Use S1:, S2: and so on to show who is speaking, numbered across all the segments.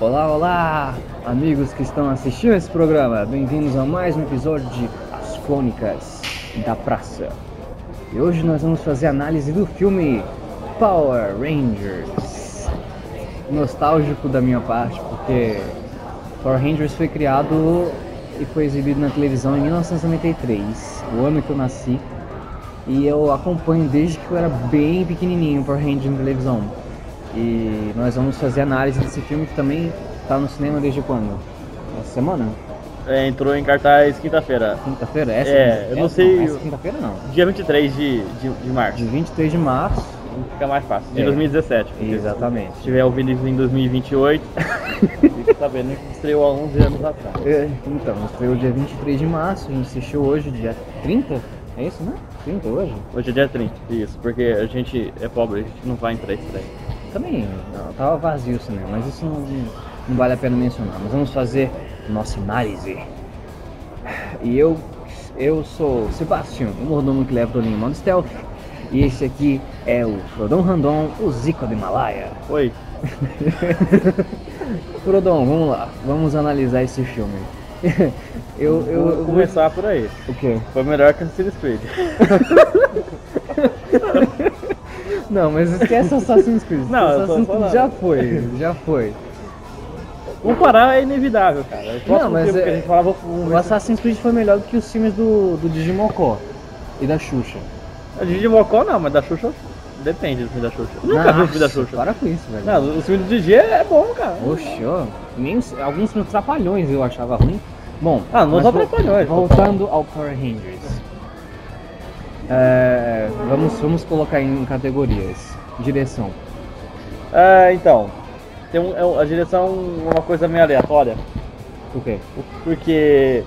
S1: Olá, olá, amigos que estão assistindo esse programa. Bem-vindos a mais um episódio de As Crônicas da Praça. E hoje nós vamos fazer a análise do filme Power Rangers. Nostálgico da minha parte, porque Power Rangers foi criado e foi exibido na televisão em 1993, o ano que eu nasci. E eu acompanho desde que eu era bem pequenininho Power Rangers na televisão. E nós vamos fazer análise desse filme que também tá no cinema desde quando? Essa semana?
S2: É, entrou em cartaz quinta-feira,
S1: Quinta-feira? Essa?
S2: É, eu não
S1: essa
S2: sei-
S1: Não, essa quinta-feira não.
S2: dia 23 de, de, de março.
S1: De 23 de março.
S2: Fica mais fácil. De
S1: É.
S2: 2017. porque Se
S1: Exatamente.
S2: tiver ouvindo isso em 2028, fica sabendo que estreou há 11 anos atrás.
S1: É, Então, estreou dia 23 de março, a gente assistiu hoje, dia 30? É isso, né? 30 hoje?
S2: Hoje é dia 30, isso, porque a gente é pobre, a gente não vai entrar em três.
S1: Também, não, tava vazio o cinema, mas isso não, não vale a pena mencionar. Mas vamos fazer nossa análise. E eu, eu sou Sebastião, o mordomo que leva o Toninho em modo stealth. E esse aqui é o Frodon Randon, o Zico do Himalaia.
S2: Oi,
S1: Frodon, vamos lá, vamos analisar esse filme. eu, eu,
S2: vou
S1: eu
S2: começar por aí.
S1: é O quê?
S2: Foi melhor que a Assassin's Creed.
S1: Não, mas esquece é Assassin's Creed.
S2: Não, eu tô
S1: Assassin's Creed
S2: falando.
S1: já foi, já foi.
S2: Comparar é inevitável, cara. Eu posso
S1: Não, mas
S2: dizer, porque
S1: é-
S2: a gente falava um...
S1: O Assassin's Creed foi melhor do que os filmes do, do Digimocó e da Xuxa.
S2: A gente de Mocó não, mas da Xuxa... Depende do filme da Xuxa. Eu Nunca vi o filme da
S1: Nossa,
S2: Xuxa.
S1: Para com isso, velho.
S2: Não, o filme do DJ é bom, cara.
S1: Oxe, ó. Nem os- alguns filmes trapalhões eu achava ruim. Bom,
S2: Ah, não
S1: mas
S2: só
S1: vo-
S2: Trapalhões,
S1: Voltando ao Power Rangers. É, vamos, vamos colocar em categorias. Direção.
S2: Ah, então. Tem um- é um- a direção é uma coisa meio aleatória.
S1: O quê?
S2: Porque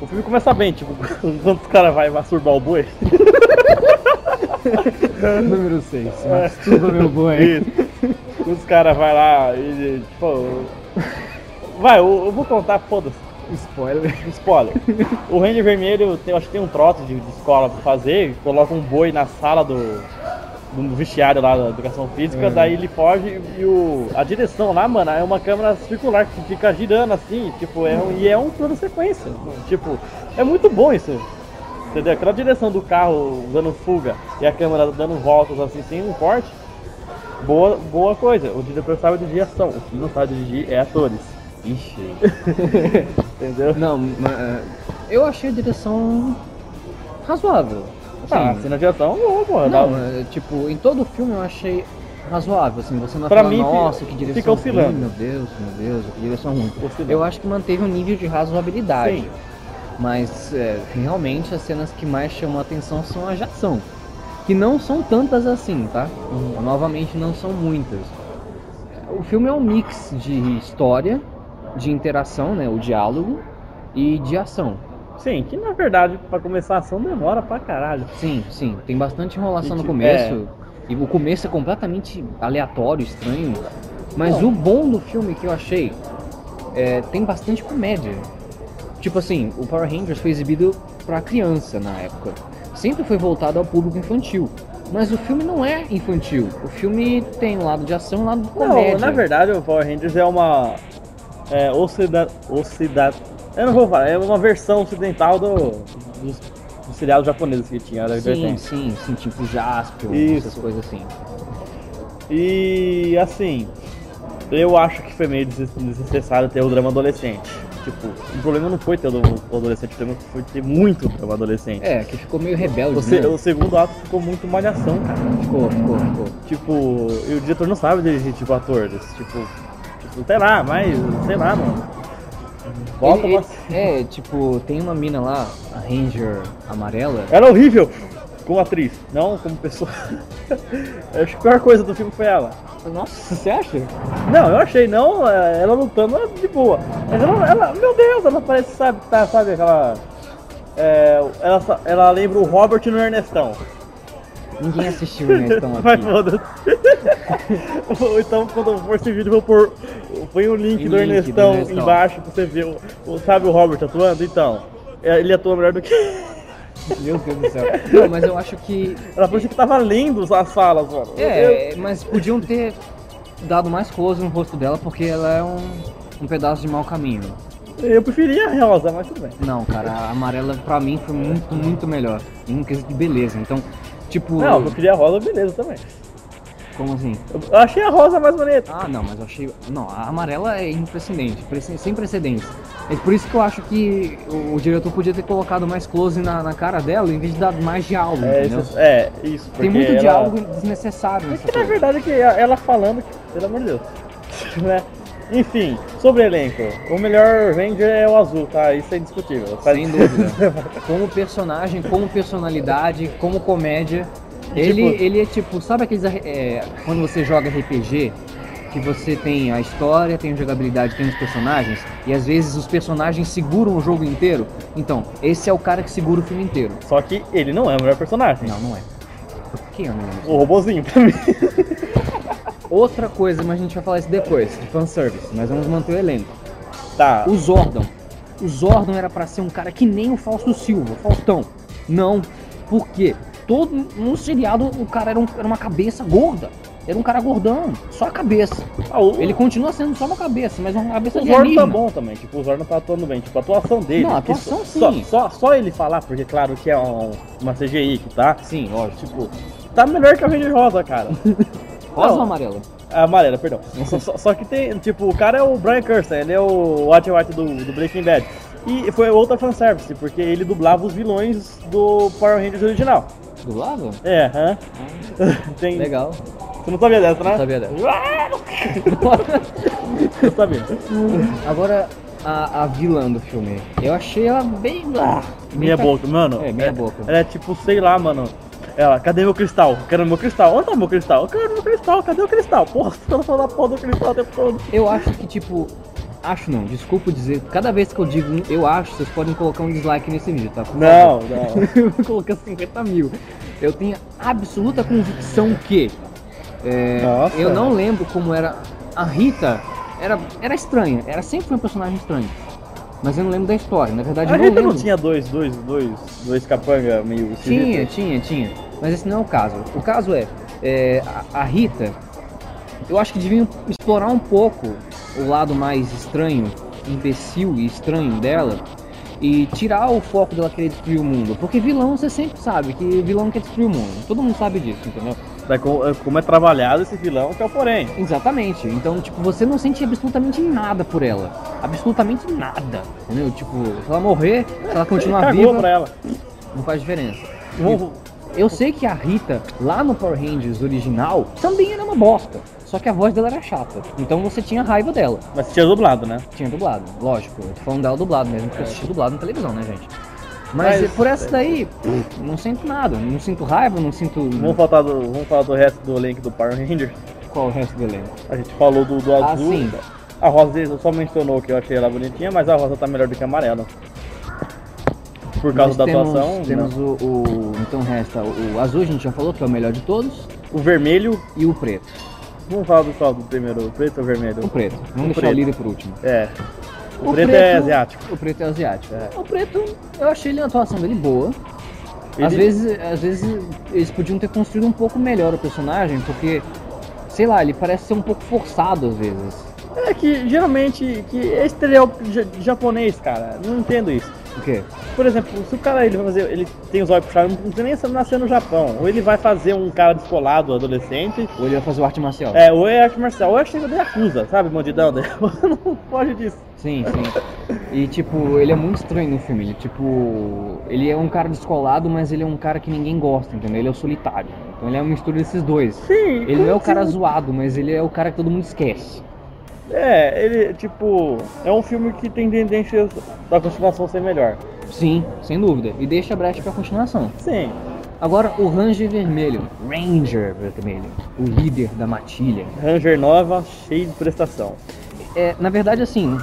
S2: o filme começa bem, tipo, quando os caras vão masturbar o boi.
S1: Número 6. Masturba meu é boi.
S2: Isso. Os caras vão lá e, tipo. Vai, eu, eu vou contar, foda-se.
S1: Spoiler.
S2: Spoiler. O Ranger Vermelho, tem- eu acho que tem um trote de, de escola pra fazer, coloca um boi na sala do, do vestiário lá da educação física,
S1: Uhum.
S2: daí ele foge e o, a direção lá, mano, é uma câmera circular que fica girando assim, tipo, é um, e é um plano sequência. Tipo, é muito bom isso. Entendeu? Aquela direção do carro dando fuga e a câmera dando voltas assim sem um corte. Boa, boa coisa. O diretor sabe dirigir ação. O que não sabe dirigir é atores.
S1: Ixi.
S2: Entendeu?
S1: Não, mas, é, eu achei a direção razoável.
S2: Ah,
S1: Assim,
S2: cena de ação, boa, porra. dá- um
S1: Não, é, tipo, em todo o filme eu achei razoável, assim, você não
S2: Pra
S1: fala,
S2: mim, fi-
S1: nossa, que direção
S2: fica oscilando.
S1: ruim, meu Deus, meu Deus, que direção ruim.
S2: Oscilando.
S1: Eu acho que manteve um nível de razoabilidade,
S2: Sim.
S1: mas é, realmente as cenas que mais chamam a atenção são as de ação, que não são tantas assim, tá?
S2: Uhum.
S1: Novamente, não são muitas. O filme é um mix de história, de interação, né, o diálogo, e de ação.
S2: Sim, que na verdade, pra começar a ação demora pra caralho.
S1: Sim, sim. Tem bastante enrolação
S2: E
S1: no
S2: que-
S1: começo. E o começo é completamente aleatório, estranho. Mas
S2: Bom.
S1: o bom do filme que eu achei é, tem bastante comédia. Tipo assim, o Power Rangers foi exibido pra criança na época. Sempre foi voltado ao público infantil. Mas o filme não é infantil. O filme tem um lado de ação e um lado de comédia.
S2: Não, na verdade, o Power Rangers é uma. É, ocida, ocida, eu não vou falar, é uma versão ocidental do, dos, dos seriados japoneses que tinha, era
S1: Sim,
S2: divertente.
S1: sim, sim, tipo Jaspion,
S2: assim. Isso.
S1: essas coisas assim.
S2: E assim, eu acho que foi meio des- desnecessário ter o drama adolescente. Tipo, o problema não foi ter o drama adolescente, o problema foi ter muito drama adolescente.
S1: É, que ficou meio rebelde,
S2: O, se-
S1: né?
S2: o segundo ato ficou muito malhação, cara.
S1: Ficou, ficou, ficou.
S2: Tipo, e o diretor não sabe dirigir, tipo, atores. Tipo, tipo, sei lá, mas, sei lá, mano. Bota
S1: Ele-
S2: uma...
S1: ele- É, tipo, tem uma mina lá, a Ranger amarela.
S2: Ela é horrível como atriz, não como pessoa. Eu Acho que a pior coisa do filme foi ela.
S1: Nossa, você acha?
S2: Não, eu achei, não, é, ela lutando é de boa. Mas ela, ela- meu Deus, ela parece, sabe, tá, sabe aquela. é, ela, sa- ela lembra o Robert no Ernestão.
S1: Ninguém assistiu, né? Estão
S2: Vai,
S1: aqui.
S2: foda-se. Ou então, quando for esse vídeo, eu vou pôr. Põe o
S1: Tem
S2: link, do,
S1: link do
S2: Ernestão
S1: Ernestão.
S2: embaixo pra você ver. O, o- sabe o Robert atuando? Então, é, ele atua melhor do que.
S1: Meu Deus do céu. Não, mas eu acho que.
S2: Ela parecia que tava lendo as salas, mano.
S1: É, mas podiam ter dado mais close no rosto dela porque ela é um, um pedaço de mau caminho.
S2: Eu preferia a rosa, mas tudo bem.
S1: Não, cara, a amarela pra mim foi muito, muito melhor. Em um quesito de beleza. Então, tipo.
S2: Não, eu queria a rosa, beleza também.
S1: Como assim?
S2: Eu achei a rosa mais bonita.
S1: Ah, não, mas eu achei. Não, a amarela é imprecedente, prece- sem precedentes. É por isso que eu acho que o o diretor podia ter colocado mais close na, na cara dela em vez de dar mais diálogo,
S2: É
S1: Ah, entendeu?
S2: isso, é, isso porque
S1: Tem muito
S2: ela-
S1: diálogo desnecessário
S2: Mas
S1: nessa
S2: que na
S1: coisa.
S2: verdade é que a- ela falando, que- pelo amor de Deus. né? Enfim, sobre o elenco. O melhor Ranger é o azul, tá? Isso é indiscutível. Tá?
S1: Sem dúvida. Como personagem, como personalidade, como comédia.
S2: E,
S1: Ele,
S2: tipo-
S1: ele é tipo, sabe aqueles. ar- é, quando você joga RPG, que você tem a história, tem a jogabilidade, tem os personagens, e às vezes os personagens seguram o jogo inteiro? Então, esse é o cara que segura o filme inteiro.
S2: Só que ele não é o melhor personagem.
S1: Não, não é. Quem é o menino?
S2: O robozinho, pra mim.
S1: Outra coisa, mas a gente vai falar isso depois, de fanservice, mas vamos manter o elenco.
S2: Tá.
S1: O Zordon. O Zordon era pra ser um cara que nem o Fausto Silva, o Faustão. Não, porque todo no seriado o cara era, um- era uma cabeça gorda. Era um cara gordão, só a cabeça.
S2: Ah, o,
S1: Ele continua sendo só uma cabeça, mas uma cabeça
S2: o
S1: de
S2: Zorno tá
S1: alienígena.
S2: bom também. Tipo, o Zorno tá atuando bem. Tipo, a atuação dele.
S1: Não, a
S2: que
S1: atuação
S2: só,
S1: sim.
S2: Só, só ele falar, porque claro que é um- uma CGI que tá.
S1: Sim, lógico.
S2: Tipo, tá melhor que a Ranger Rosa, cara.
S1: Rosa
S2: Não.
S1: ou amarela?
S2: A amarela, perdão. só, só- só que tem, tipo, o cara é o Brian Kirsten, ele é o White White do, do Breaking Bad. E foi outra fanservice, porque ele dublava os vilões do Power Rangers original.
S1: Do lado?
S2: É, hã? Tem-
S1: Ah, Legal.
S2: Você não sabia dessa, né?
S1: Não sabia dessa.
S2: Ah, não sabia.
S1: Agora, a, a vilã do filme. Eu achei ela bem. Ah, bem
S2: Minha
S1: pra-
S2: boca, mano.
S1: É, meia boca.
S2: Ela é tipo, sei lá, mano. Ela, cadê meu cristal? Quero meu cristal. Onde tá meu cristal? Eu quero meu cristal, cadê o cristal? Porra, você tá falando a porra do cristal o tempo todo.
S1: Eu acho que, tipo. Acho não, desculpa dizer. Cada vez que eu digo um eu acho, vocês podem colocar um dislike nesse vídeo, tá? Por
S2: Não,
S1: favor.
S2: não.
S1: Eu vou colocar 50 mil. Eu tenho absoluta convicção que. é,
S2: Nossa.
S1: eu não lembro como era. A Rita era, era estranha, era sempre foi um personagem estranho. Mas eu não lembro da história, na verdade
S2: A
S1: eu não
S2: Rita
S1: lembro.
S2: não tinha dois, dois, dois, dois capanga meio
S1: Tinha,
S2: esquisito?
S1: tinha, tinha. Mas esse não é o caso. O caso é, é, a, a Rita, eu acho que deviam explorar um pouco o lado mais estranho, imbecil e estranho dela. E tirar o foco dela querer destruir o mundo. Porque vilão você sempre sabe que vilão quer destruir o mundo. Todo mundo sabe disso, entendeu?
S2: Daí co- como é trabalhado esse vilão, que é o porém.
S1: Exatamente. Então, tipo, você não sente absolutamente nada por ela. Absolutamente nada. Entendeu? Tipo, se ela morrer, se ela continuar
S2: Cagou
S1: viva,
S2: pra ela.
S1: não faz diferença.
S2: Vamos-
S1: Eu sei que a Rita, lá no Power Rangers original, também era uma bosta. Só que a voz dela era chata. Então você tinha raiva dela.
S2: Mas tinha dublado, né?
S1: Tinha dublado, lógico. Eu tô falando dela dublado mesmo, porque eu assisti dublado na televisão, né, gente? Mas,
S2: Mas-
S1: eh, por essa daí, pff, não sinto nada. Não sinto raiva, não sinto.
S2: Vamos, falar do, vamos falar do resto do elenco do Power Ranger.
S1: Qual o resto do elenco?
S2: A gente falou do, do
S1: Ah,
S2: azul.
S1: sim.
S2: A rosa eu só mencionou que eu achei ela bonitinha, mas a rosa tá melhor do que a amarela. Por causa
S1: Nós
S2: da
S1: temos,
S2: atuação.
S1: Temos
S2: né?
S1: o, o- Então resta o azul, a gente já falou que é o melhor de todos,
S2: O vermelho.
S1: e o preto.
S2: Vamos falar do qual do primeiro? O preto ou o
S1: O
S2: vermelho?
S1: preto. Vamos
S2: O
S1: deixar o
S2: preto.
S1: líder por último.
S2: É. O,
S1: O
S2: preto, é
S1: preto-
S2: asiático.
S1: O preto é asiático.
S2: É.
S1: O preto, eu achei ele- a atuação dele boa. Às,
S2: Ele-
S1: vezes, às vezes eles podiam ter construído um pouco melhor o personagem, porque, sei lá, ele parece ser um pouco forçado às vezes.
S2: É que geralmente que é estereótipo ja- japonês, cara. Não entendo isso.
S1: O quê?
S2: Por exemplo, se o cara ele vai fazer, ele tem os olhos puxados, não precisa nem ser- nascer no Japão. Ou ele vai fazer um cara descolado, adolescente.
S1: Ou ele vai fazer o arte marcial.
S2: É, ou é arte marcial, ou é chega de acusa, sabe, bandidão? Não pode disso.
S1: Sim, sim. E tipo, ele é muito estranho no filme. Ele, tipo, ele é um cara descolado, mas ele é um cara que ninguém gosta, entendeu? Ele é o solitário. Então ele é uma mistura desses dois.
S2: Sim.
S1: Ele não é o cara zoado, mas ele é o cara que todo mundo esquece.
S2: É, ele, tipo, é um filme que tem tendências da continuação ser melhor.
S1: Sim, sem dúvida. E deixa a brecha pra continuação.
S2: Sim.
S1: Agora, o Ranger Vermelho. Ranger Vermelho. O líder da matilha.
S2: Ranger nova, cheio de prestação.
S1: É, na verdade, assim,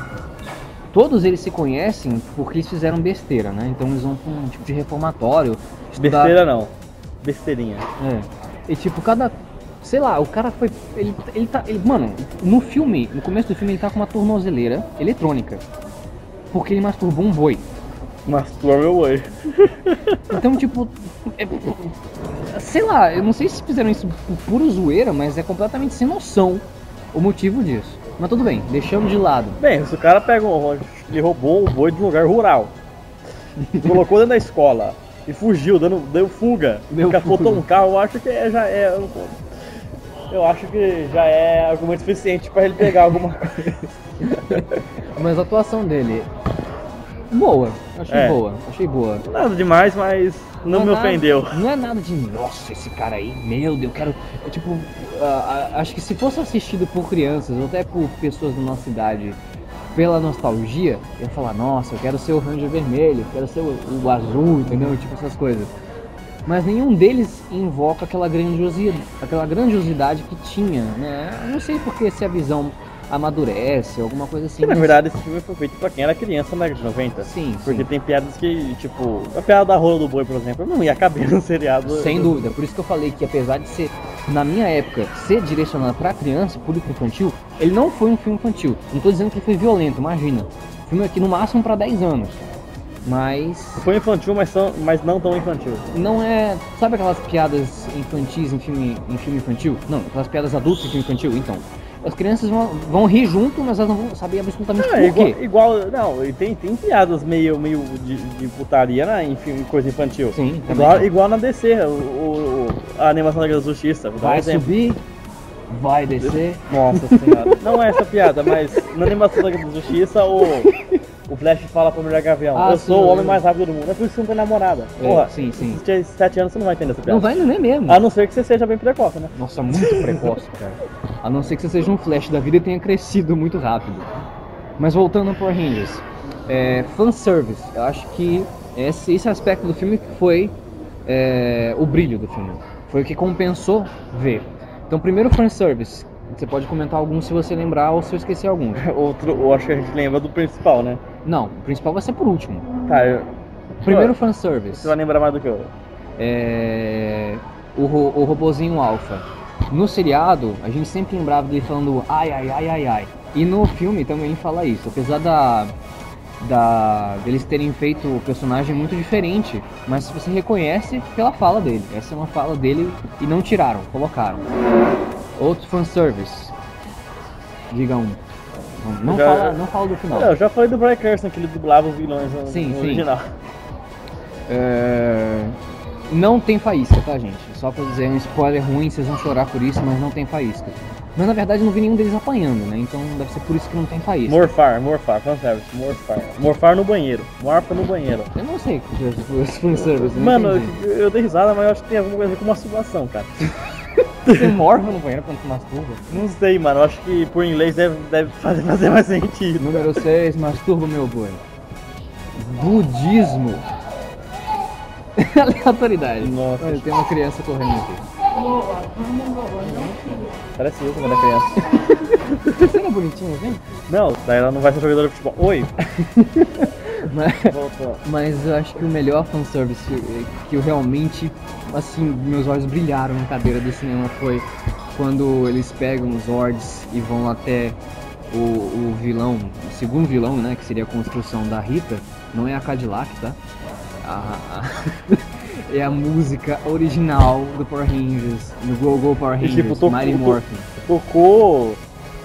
S1: todos eles se conhecem porque eles fizeram besteira, né? Então eles vão pra um tipo de reformatório. estudar-
S2: Besteira não. Besteirinha.
S1: É. E tipo, cada. Sei lá, o cara foi. Ele, ele tá. ele- mano, no filme, no começo do filme, ele tá com uma tornozeleira eletrônica. Porque ele masturbou um boi.
S2: Masturba é meu olho.
S1: Então, tipo. é- sei lá, eu não sei se fizeram isso por pura zoeira, mas é completamente sem noção. o motivo disso. Mas tudo bem, deixamos de lado.
S2: Bem, se o cara pega um. Ele roubou um boi de um lugar rural, colocou dentro da escola e fugiu, dando, deu fuga.
S1: Deu
S2: capotou
S1: fuga.
S2: um carro, eu acho que é, já é. um- Eu acho que já é argumento suficiente pra ele pegar alguma coisa.
S1: Mas a atuação dele. Boa. Achei
S2: É.
S1: boa. Achei boa.
S2: Nada demais, mas não,
S1: é
S2: me
S1: nada-
S2: ofendeu.
S1: Não é nada de, nossa, esse cara aí, meu Deus, eu quero. é tipo, ah, ah, acho que se fosse assistido por crianças ou até por pessoas da nossa idade pela nostalgia, eu ia falar, nossa, eu quero ser o Ranger vermelho, eu quero ser o, o azul, entendeu? Tipo essas coisas. Mas nenhum deles invoca aquela grandiosidade, aquela grandiosidade que tinha, né? Eu não sei porque se a visão amadurece, alguma coisa assim.
S2: Que É, na
S1: mas-
S2: verdade esse filme foi feito pra quem era criança na década de 90.
S1: sim, sim.
S2: Porque tem piadas que, tipo, a piada da rola do boi, por exemplo, não ia caber no seriado.
S1: Sem dúvida, por isso que eu falei que apesar de ser, na minha época, ser direcionado pra criança, público infantil, ele não foi um filme infantil. Não tô dizendo que ele foi violento, imagina. O filme aqui no máximo pra 10 anos. Mas
S2: Foi infantil, mas, são- mas não tão infantil.
S1: não é. Sabe aquelas piadas infantis em filme, em filme infantil? Não, aquelas piadas adultas em filme infantil? Então. As crianças vão, vão rir junto, mas elas não vão saber absolutamente
S2: É,
S1: por quê.
S2: igual, igual- não, e tem, tem piadas meio, meio de, de putaria né, em filme, coisa infantil.
S1: Sim, também
S2: igual,
S1: tem.
S2: igual na DC, o, o- o- a animação da Liga da Justiça. Vou dar um
S1: Vai
S2: exemplo.
S1: subir, vai descer.
S2: Nossa senhora. não é essa piada, mas na animação da Liga da Justiça, o, o Flash fala pra mulher Gavião:
S1: Ah,
S2: Eu
S1: sim,
S2: sou
S1: eu
S2: o homem
S1: lembro.
S2: mais rápido do mundo. É por isso que você não tem namorada.
S1: É,
S2: Porra,
S1: sim, sim.
S2: se você tiver 7 anos, você não vai entender essa piada.
S1: Não vai nem mesmo.
S2: A não ser que você seja bem precoce, né?
S1: Nossa, muito precoce, cara. A não ser que você seja um flash da vida e tenha crescido muito rápido. Mas voltando ao Power Rangers, é, fanservice. Eu acho que esse, esse aspecto do filme foi é, o brilho do filme. Foi o que compensou ver. Então, primeiro, fanservice. Você pode comentar alguns se você lembrar ou se eu esquecer alguns.
S2: Outro, eu acho que a gente lembra do principal, né?
S1: Não, o principal vai ser por último.
S2: Tá, eu-
S1: Primeiro,
S2: você
S1: fanservice.
S2: vai lembrar mais do que eu.
S1: é, o, ro- o robozinho alfa. No seriado, a gente sempre lembrava dele falando ai, ai, ai, ai, ai. E no filme também fala isso, apesar da, da deles terem feito o personagem muito diferente, mas você reconhece pela fala dele. Essa é uma fala dele e não tiraram, colocaram. Outro fanservice. Diga um. Não, não
S2: Já-
S1: fala, não fala do final.
S2: Eu já falei do Brian Kirsten, que ele dublava os vilões no,
S1: Sim,
S2: no
S1: sim.
S2: original.
S1: É, Não tem faísca, tá, gente? Só pra dizer, é um spoiler ruim, vocês vão chorar por isso, mas não tem faísca. Mas na verdade eu não vi nenhum deles apanhando, né? Então deve ser por isso que não tem faísca.
S2: Morfar, morfar, fanservice, morfar. Morfar no banheiro, morfa no banheiro.
S1: Eu não sei que os- os fanservice, não
S2: Mano,
S1: entendi.
S2: eu, eu dei risada, mas eu acho que tem alguma coisa com masturbação, cara.
S1: você morre no banheiro quando se masturba?
S2: Não sei, mano, eu acho que por inglês deve, deve fazer, fazer mais sentido.
S1: Número 6, masturba meu boi. Budismo. Aleatoriedade.
S2: Nossa.
S1: Olha, tem uma criança correndo aqui.
S2: Parece eu quando era criança.
S1: Você não é bonitinho assim?
S2: Não, daí ela não vai ser jogadora de futebol. Oi,
S1: Mas-
S2: voltou.
S1: Mas eu acho que o melhor fanservice que eu realmente, assim, meus olhos brilharam na cadeira do cinema foi quando eles pegam os Zords e vão até o, o vilão, o segundo vilão, né, que seria a construção da Rita, não é a Cadillac, tá? A- a- é a música original do Power Rangers, do Go Go Power
S2: E,
S1: Rangers,
S2: tipo, tocou-
S1: Mighty Morphin.
S2: Tocou.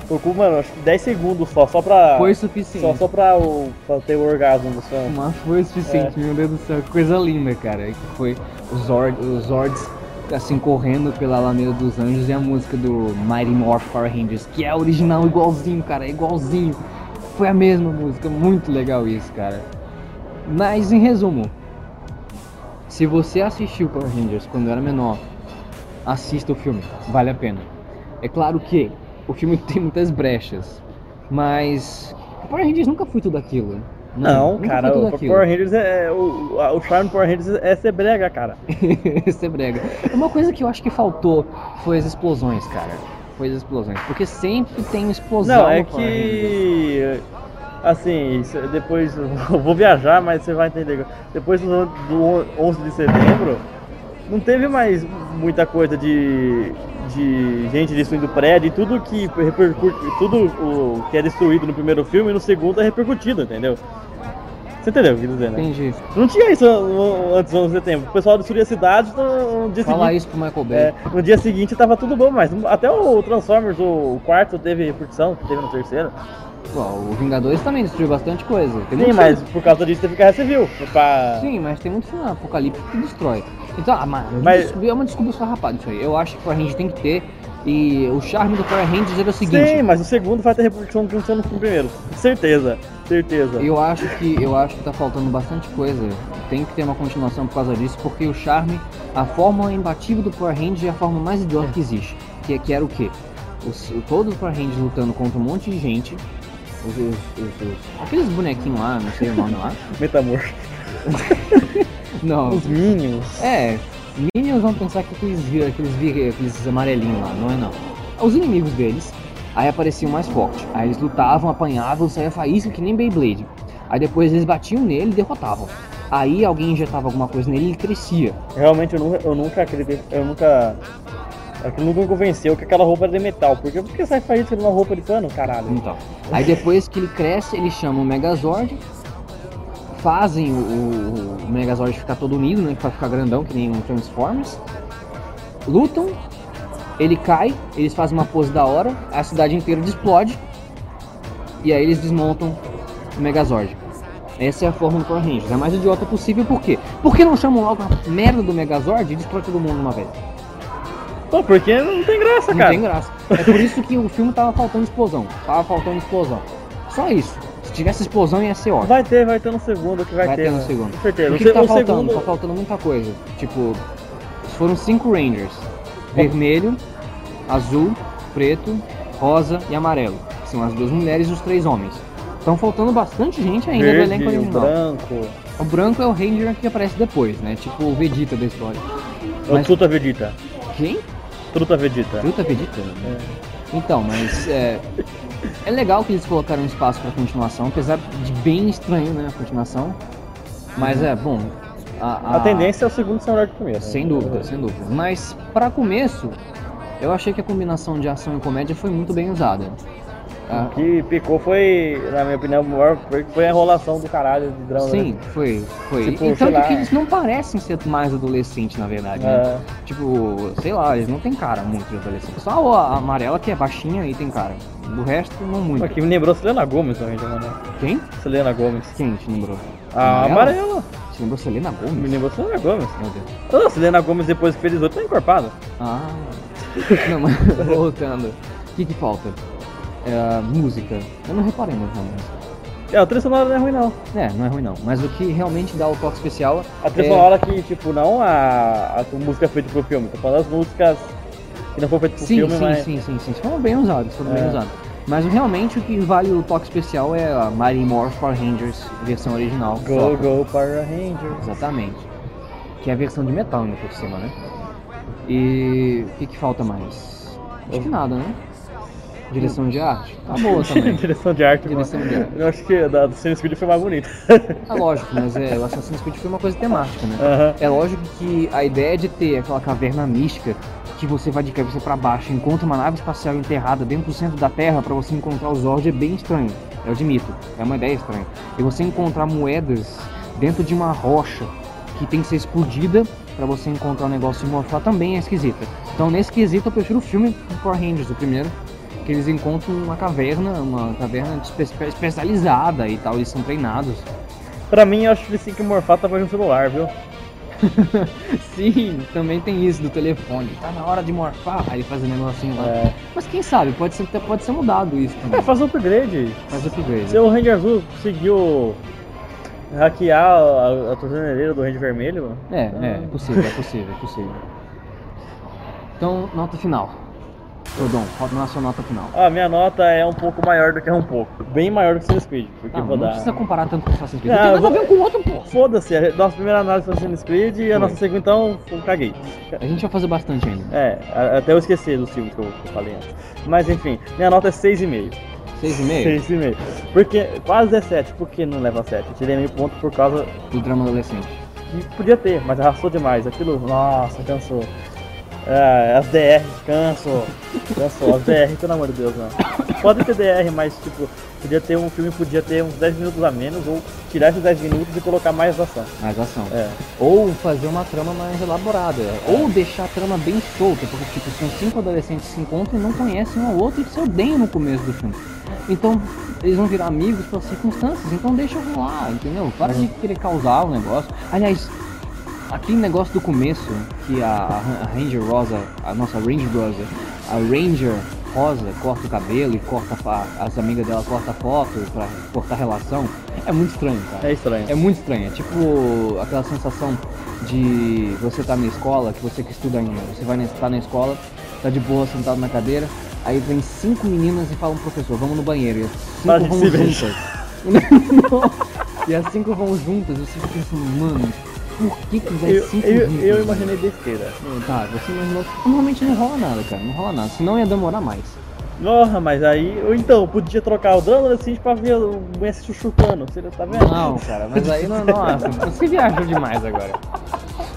S2: Tocou, mano, acho que 10 segundos só, só pra.
S1: Foi suficiente.
S2: só, só pra, o, pra ter o orgasmo do fã.
S1: Mas foi o suficiente, meu Deus do céu, que coisa linda, cara. Que foi os Zord, os Zords assim correndo pela Alameda dos Anjos e a música do Mighty Morph Power Rangers, que é original igualzinho, cara, é igualzinho. Foi a mesma música, muito legal isso, cara. Mas em resumo, se você assistiu Power Rangers quando era menor, assista o filme, vale a pena. É claro que o filme tem muitas brechas, mas Power Rangers nunca foi tudo aquilo.
S2: Não,
S1: nunca
S2: cara,
S1: foi
S2: o
S1: tudo aquilo.
S2: Power Rangers é. é- O, a- o charme do Power Rangers é ser brega, cara.
S1: Isso é brega. Uma coisa que eu acho que faltou foi as explosões, cara. Foi as explosões. Porque sempre tem explosão.
S2: Não, é
S1: no Power Rangers.
S2: que. Assim, isso- depois. Eu vou viajar, mas você vai entender. Depois do, do 11 de setembro, não teve mais muita coisa de. de gente destruindo prédio e tudo que repercute. Tudo o que é destruído no primeiro filme, no segundo é repercutido, entendeu? Você entendeu o que eu quis dizer, né?
S1: Entendi.
S2: Não tinha isso an- antes dos anos 70. O pessoal destruía a cidade no no dia
S1: Fala né?
S2: seguinte.
S1: isso pro Michael Bay.
S2: É, no dia seguinte tava tudo bom, mas até o Transformers, o quarto, teve repercussão, que teve no terceiro.
S1: Bom, o Vingadores também destruiu bastante coisa. Tem
S2: Sim,
S1: muito
S2: mas por causa disso teve guerra civil. Pra...
S1: Sim, é mas tem muito filme apocalíptico que destrói. Então, ah, mano,
S2: Mas-
S1: desculpa- é uma desculpa esfarrapada isso aí. Eu acho que o Power Rangers tem que ter. E o charme do Power Rangers era o seguinte.
S2: Sim, mas o segundo vai ter repercussão do que aconteceu no primeiro. Certeza, certeza.
S1: Eu acho que eu acho que tá faltando bastante coisa. Tem que ter uma continuação por causa disso, porque o charme, a fórmula imbatível do Power Rangers é a forma mais idiota que existe. Que, que era o quê? Os, o, todo o Power Rangers lutando contra um monte de gente. Os, os- os- os- aqueles bonequinhos lá, não sei o nome lá.
S2: Metamor.
S1: Não.
S2: Os Minions.
S1: É, Minions vão pensar que aqueles, vi- aqueles, vi- aqueles amarelinhos lá, não é não. Os inimigos deles, aí apareciam mais forte. Aí eles lutavam, apanhavam, saía faísca que nem Beyblade. Aí depois eles batiam nele e derrotavam. Aí alguém injetava alguma coisa nele e ele crescia.
S2: Realmente eu nunca, eu nunca acreditei, eu nunca. Aquilo nunca me convenceu que aquela roupa era de metal. Por quê? Por que sai faísca numa é roupa de pano, caralho?
S1: Então. Aí depois que ele cresce, eles chamam o Megazord, fazem o, o- o Megazord ficar todo unido, né? Pra ficar grandão, que nem um Transformers. Lutam, ele cai, eles fazem uma pose da hora, a cidade inteira explode. E aí eles desmontam o Megazord. Essa é a forma do Power Rangers. É a mais idiota possível, por quê? Por que não chamam logo a merda do Megazord e destrói todo mundo de uma vez?
S2: Pô, porque não tem graça,
S1: Não
S2: cara.
S1: tem graça. É por isso que o filme tava faltando explosão. Tava faltando explosão. Só isso. Se tivesse explosão ia ser ótimo.
S2: Vai ter, vai ter no segundo que vai,
S1: Vai ter no
S2: né?
S1: segundo.
S2: Com certeza.
S1: O
S2: O
S1: que,
S2: se-
S1: que tá
S2: o
S1: faltando?
S2: segundo-
S1: Tá faltando muita coisa. Tipo, foram cinco Rangers. Vermelho, azul, preto, rosa e amarelo. Que são as duas mulheres e os três homens. Estão faltando bastante gente ainda do
S2: Verde,
S1: elenco
S2: o
S1: original.
S2: branco,
S1: O branco é o Ranger que aparece depois, né? Tipo o Vegeta da história.
S2: o
S1: Mas-
S2: Truta Vegeta.
S1: Quem?
S2: Truta Vegeta.
S1: Truta Vegeta? né? Então, mas é, é legal que eles colocaram espaço pra continuação, apesar de bem estranho, né, a continuação. Mas é, bom, a,
S2: A tendência é o segundo ser melhor que o primeiro.
S1: Ah. Sem dúvida, sem dúvida. Mas pra começo, eu achei que a combinação de ação e comédia foi muito bem usada. Ah,
S2: O que picou foi, na minha opinião, o maior foi- foi a enrolação do caralho de drama. né?
S1: sim, foi, foi.
S2: Tipo,
S1: e
S2: sei
S1: tanto
S2: lá.
S1: que eles não parecem ser mais adolescentes, na verdade, né?
S2: Né? É,
S1: Tipo, sei lá, eles não têm cara muito de adolescente. Só a amarela que é baixinha e tem cara. Do resto, não muito.
S2: Aqui me lembrou Selena Gomes também, mano.
S1: Quem?
S2: Selena Gomes.
S1: Quem te lembrou?
S2: A
S1: Amarela?
S2: amarela.
S1: Te lembrou Selena Gomes?
S2: Me lembrou Selena Gomes.
S1: Meu Deus.
S2: Ah, Selena Gomes depois que fez 18 tá encorpada.
S1: Ah. Não, mas voltando. O que que falta? É, música. Eu não reparei muito na música.
S2: É, a trilha sonora não é ruim não.
S1: É, não é ruim não. Mas o que realmente dá o toque especial
S2: A
S1: É.
S2: trilha sonora que, tipo, não a, a música é feita pro filme. Tô falando as músicas que não foram feitas pro
S1: Sim,
S2: filme,
S1: sim,
S2: mas...
S1: sim, sim, sim. Foram bem usados, foram bem
S2: É.
S1: usados. Mas realmente o que vale o toque especial é a Mighty Morph Power Rangers, versão original.
S2: Go, go, Power Rangers.
S1: Exatamente. Que é a versão de metal ainda por cima, né? E o que, que falta mais? Acho que nada, né? Direção de arte? Tá boa também.
S2: Direção de arte, mano.
S1: Direção de arte.
S2: Eu acho que a da do Cine Speed foi mais bonita.
S1: É lógico, mas é, o Assassin's Creed foi uma coisa temática, né?
S2: Aham.
S1: É lógico que a ideia de ter aquela caverna mística que você vai de cabeça pra baixo e encontra uma nave espacial enterrada dentro do centro da Terra pra você encontrar os Zord é bem estranho. Eu admito, é uma ideia estranha. E você encontrar moedas dentro de uma rocha que tem que ser explodida pra você encontrar um negócio e mostrar também é esquisita. Então nesse quesito eu prefiro o filme do Power Rangers, o primeiro, que eles encontram uma caverna, uma caverna espe- especializada e tal, eles são treinados.
S2: Pra mim, eu acho que eles têm que morfar através de um celular, viu?
S1: Sim, também tem isso do telefone. Tá na hora de morfar, aí ele faz o negocinho lá.
S2: É.
S1: Mas quem sabe, pode ser, pode ser mudado isso também.
S2: É, faz um upgrade.
S1: Faz upgrade.
S2: Se o Ranger Azul conseguiu hackear a, a torneireira do Ranger Vermelho, mano.
S1: É, é, é possível, é possível, é possível. Então, nota final. Rodon, qual é a sua nota final?
S2: Ah, minha nota é um pouco maior do que é um pouco. Bem maior do que o Cine Speed. Porque eu
S1: Não,
S2: vou
S1: Ah, não
S2: dar.
S1: precisa comparar tanto com o Assassin's Creed. Não
S2: Não,
S1: tem
S2: eu
S1: nada a
S2: vou-
S1: ver um com o outro, pô.
S2: Foda-se, a nossa primeira análise foi Cine Speed e a
S1: Foi.
S2: nossa segunda, então, eu caguei.
S1: A gente vai fazer bastante ainda.
S2: É, a- até eu esqueci dos filmes que eu, que eu falei antes. Mas enfim, minha nota é 6,5.
S1: 6,5
S2: 6,5. Porque quase 17. Por que não leva 7? Eu tirei meio ponto por causa
S1: do drama adolescente.
S2: E podia ter, mas arrastou demais. Aquilo, nossa, cansou. É, as DR, canso. Cansou, as DR, pelo amor de Deus, mano. Pode ter DR, mas tipo, Podia ter um filme, podia ter uns 10 minutos a menos, ou tirar esses 10 minutos e colocar mais ação.
S1: Mais ação.
S2: É.
S1: Ou fazer uma trama mais elaborada. Ou deixar a trama bem solta. Porque, tipo, são cinco adolescentes que se encontram e não conhecem um ao outro e se odeiam no começo do filme. Então, eles vão virar amigos pelas circunstâncias. Então, deixa rolar, entendeu? Para de querer causar o negócio. Aliás, aquele negócio do começo que a, a Ranger Rosa, a nossa Ranger Rosa, a Ranger Rosa corta o cabelo e corta a- as amigas dela corta a foto pra cortar a relação. É muito estranho, cara.
S2: É estranho.
S1: É muito estranho, é tipo aquela sensação de você tá na escola, que você que estuda ainda, você vai na, tá na escola, tá de boa sentado na cadeira, aí vem cinco meninas e falam, professor, vamos no banheiro, e as
S2: Para de
S1: cinco vão
S2: se ver.
S1: juntas. e as cinco vão juntas, e você fica pensando, mano, por que que vai
S2: Eu,
S1: cinco
S2: eu,
S1: juntas?
S2: eu imaginei besteira.
S1: Tá, você imaginou. Normalmente não rola nada, cara, não rola nada, senão ia demorar mais.
S2: Nossa, mas aí. Ou então, podia trocar o drama assim pra ver o mulher se chuchupando. Você tá vendo?
S1: Não, cara, mas aí não. Nossa, você viajou demais agora.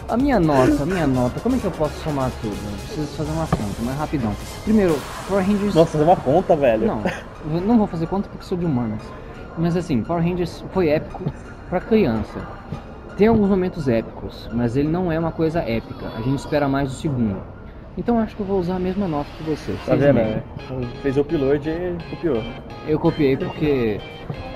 S1: A minha nota, a minha nota, como é que eu posso somar tudo? Eu preciso fazer uma conta, mas rapidão. Primeiro, Power Rangers.
S2: Nossa, é uma conta, velho.
S1: Não, eu não vou fazer conta porque sou de humanas. Mas assim, Power Rangers foi épico pra criança. Tem alguns momentos épicos, mas ele não é uma coisa épica. A gente espera mais do segundo. Então acho que eu vou usar a mesma nota que você.
S2: Tá
S1: seis e
S2: vendo?
S1: meio.
S2: né? Fez o upload e copiou.
S1: Eu copiei porque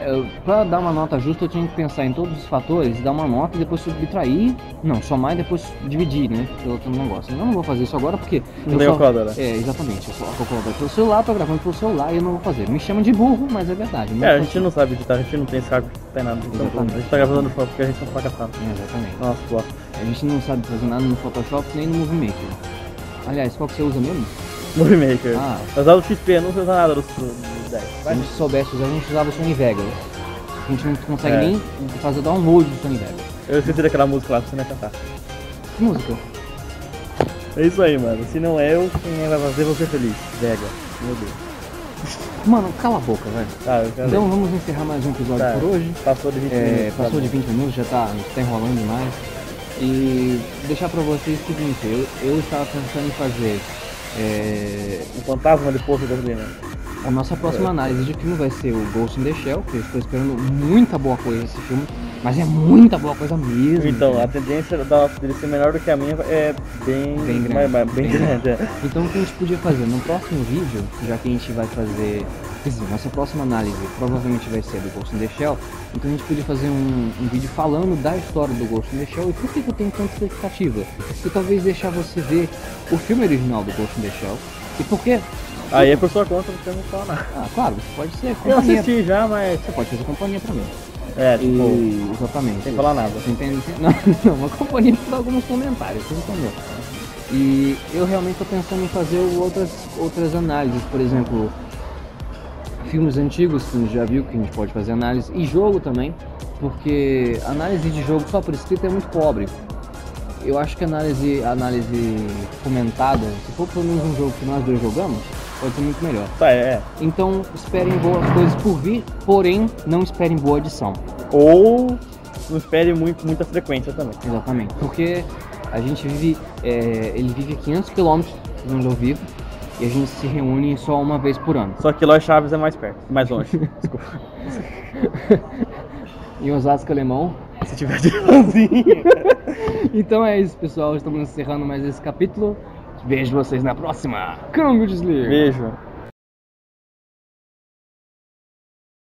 S1: eu, pra dar uma nota justa eu tinha que pensar em todos os fatores, dar uma nota e depois subtrair. Não, somar e depois dividir, né? Pelo outro negócio. Eu não vou fazer isso agora porque.
S2: Não
S1: Eu
S2: tem
S1: só-
S2: calculadora.
S1: É, exatamente. Eu só vou colocar pelo celular, tô gravando pelo celular e eu não vou fazer. Me chamam de burro, mas é verdade. não
S2: É, a
S1: faço-
S2: gente não sabe editar, a gente não tem saco, não tem nada. Então,
S1: Exatamente.
S2: a gente tá gravando no foco porque a gente não paga saco.
S1: É, exatamente.
S2: Nossa, bosta.
S1: A gente não sabe fazer nada no Photoshop nem no Movie Maker. Aliás, qual que você usa mesmo?
S2: Movie Maker.
S1: Ah.
S2: Mas lá do XP não usa nada dos, dos 10.
S1: Se a
S2: Vai.
S1: gente soubesse usar, a gente usava o Sony Vegas. A gente não consegue
S2: É.
S1: nem fazer download do Sony Vegas.
S2: Eu esqueci daquela música lá pra você não cantar.
S1: Que música?
S2: É isso aí, mano. Se não é eu, quem vai fazer você feliz? Vega. Meu Deus.
S1: Mano, cala a boca, velho.
S2: Ah, eu quero.
S1: Então vamos encerrar mais um episódio
S2: Tá.
S1: por hoje.
S2: Passou de 20
S1: É,
S2: minutos.
S1: passou
S2: tá
S1: de 20 minutos, já tá, tá enrolando demais. E deixar pra vocês o seguinte, eu, eu estava pensando em fazer é,
S2: bom. O Um fantasma de Porto Gasolina.
S1: a nossa
S2: É.
S1: próxima análise de filme vai ser o Ghost in the Shell, que eu estou esperando muita boa coisa desse filme, mas é muita boa coisa mesmo. né?
S2: Então, a
S1: cara.
S2: tendência da nossa dele ser menor do que a minha é bem.
S1: Bem grande.
S2: mas- mas bem
S1: Bem
S2: grande, é.
S1: Então o que a gente podia fazer no próximo vídeo, já que a gente vai fazer. Quer dizer, nossa próxima análise provavelmente vai ser do Ghost in the Shell, então a gente podia fazer um, um vídeo falando da história do Ghost in the Shell e por que que eu tenho tanta expectativa. E talvez deixar você ver o filme original do Ghost in the Shell. E por quê?
S2: Aí é por sua conta, porque eu não falo nada.
S1: Ah, claro, você pode ser
S2: Eu
S1: companhia.
S2: assisti já, mas.
S1: Você pode fazer companhia pra mim.
S2: É, tipo.
S1: E, exatamente.
S2: Sem falar nada.
S1: Você entende? Não, não, uma companhia para alguns comentários, você entendeu? E eu realmente estou pensando em fazer outras, outras análises, por exemplo, filmes antigos que a gente já viu, que a gente pode fazer análise, e jogo também, porque análise de jogo só por escrito é muito pobre. Eu acho que análise, análise comentada, se for pelo menos um jogo que nós dois jogamos, pode ser muito melhor.
S2: Tá, é. é.
S1: Então esperem boas coisas por vir, porém não esperem boa edição.
S2: Ou não espere muito, muita frequência também.
S1: Exatamente. Porque a gente vive. é, ele vive a 500 km de onde eu vivo. E a gente se reúne só uma vez por ano.
S2: Só que Los Chaves é mais perto, mais longe. Desculpa.
S1: Em Osasco é Alemão.
S2: Se tiver de sozinho.
S1: Então é isso, pessoal. Estamos encerrando mais esse capítulo. Vejo vocês na próxima. Câmbio desliga.
S2: Beijo.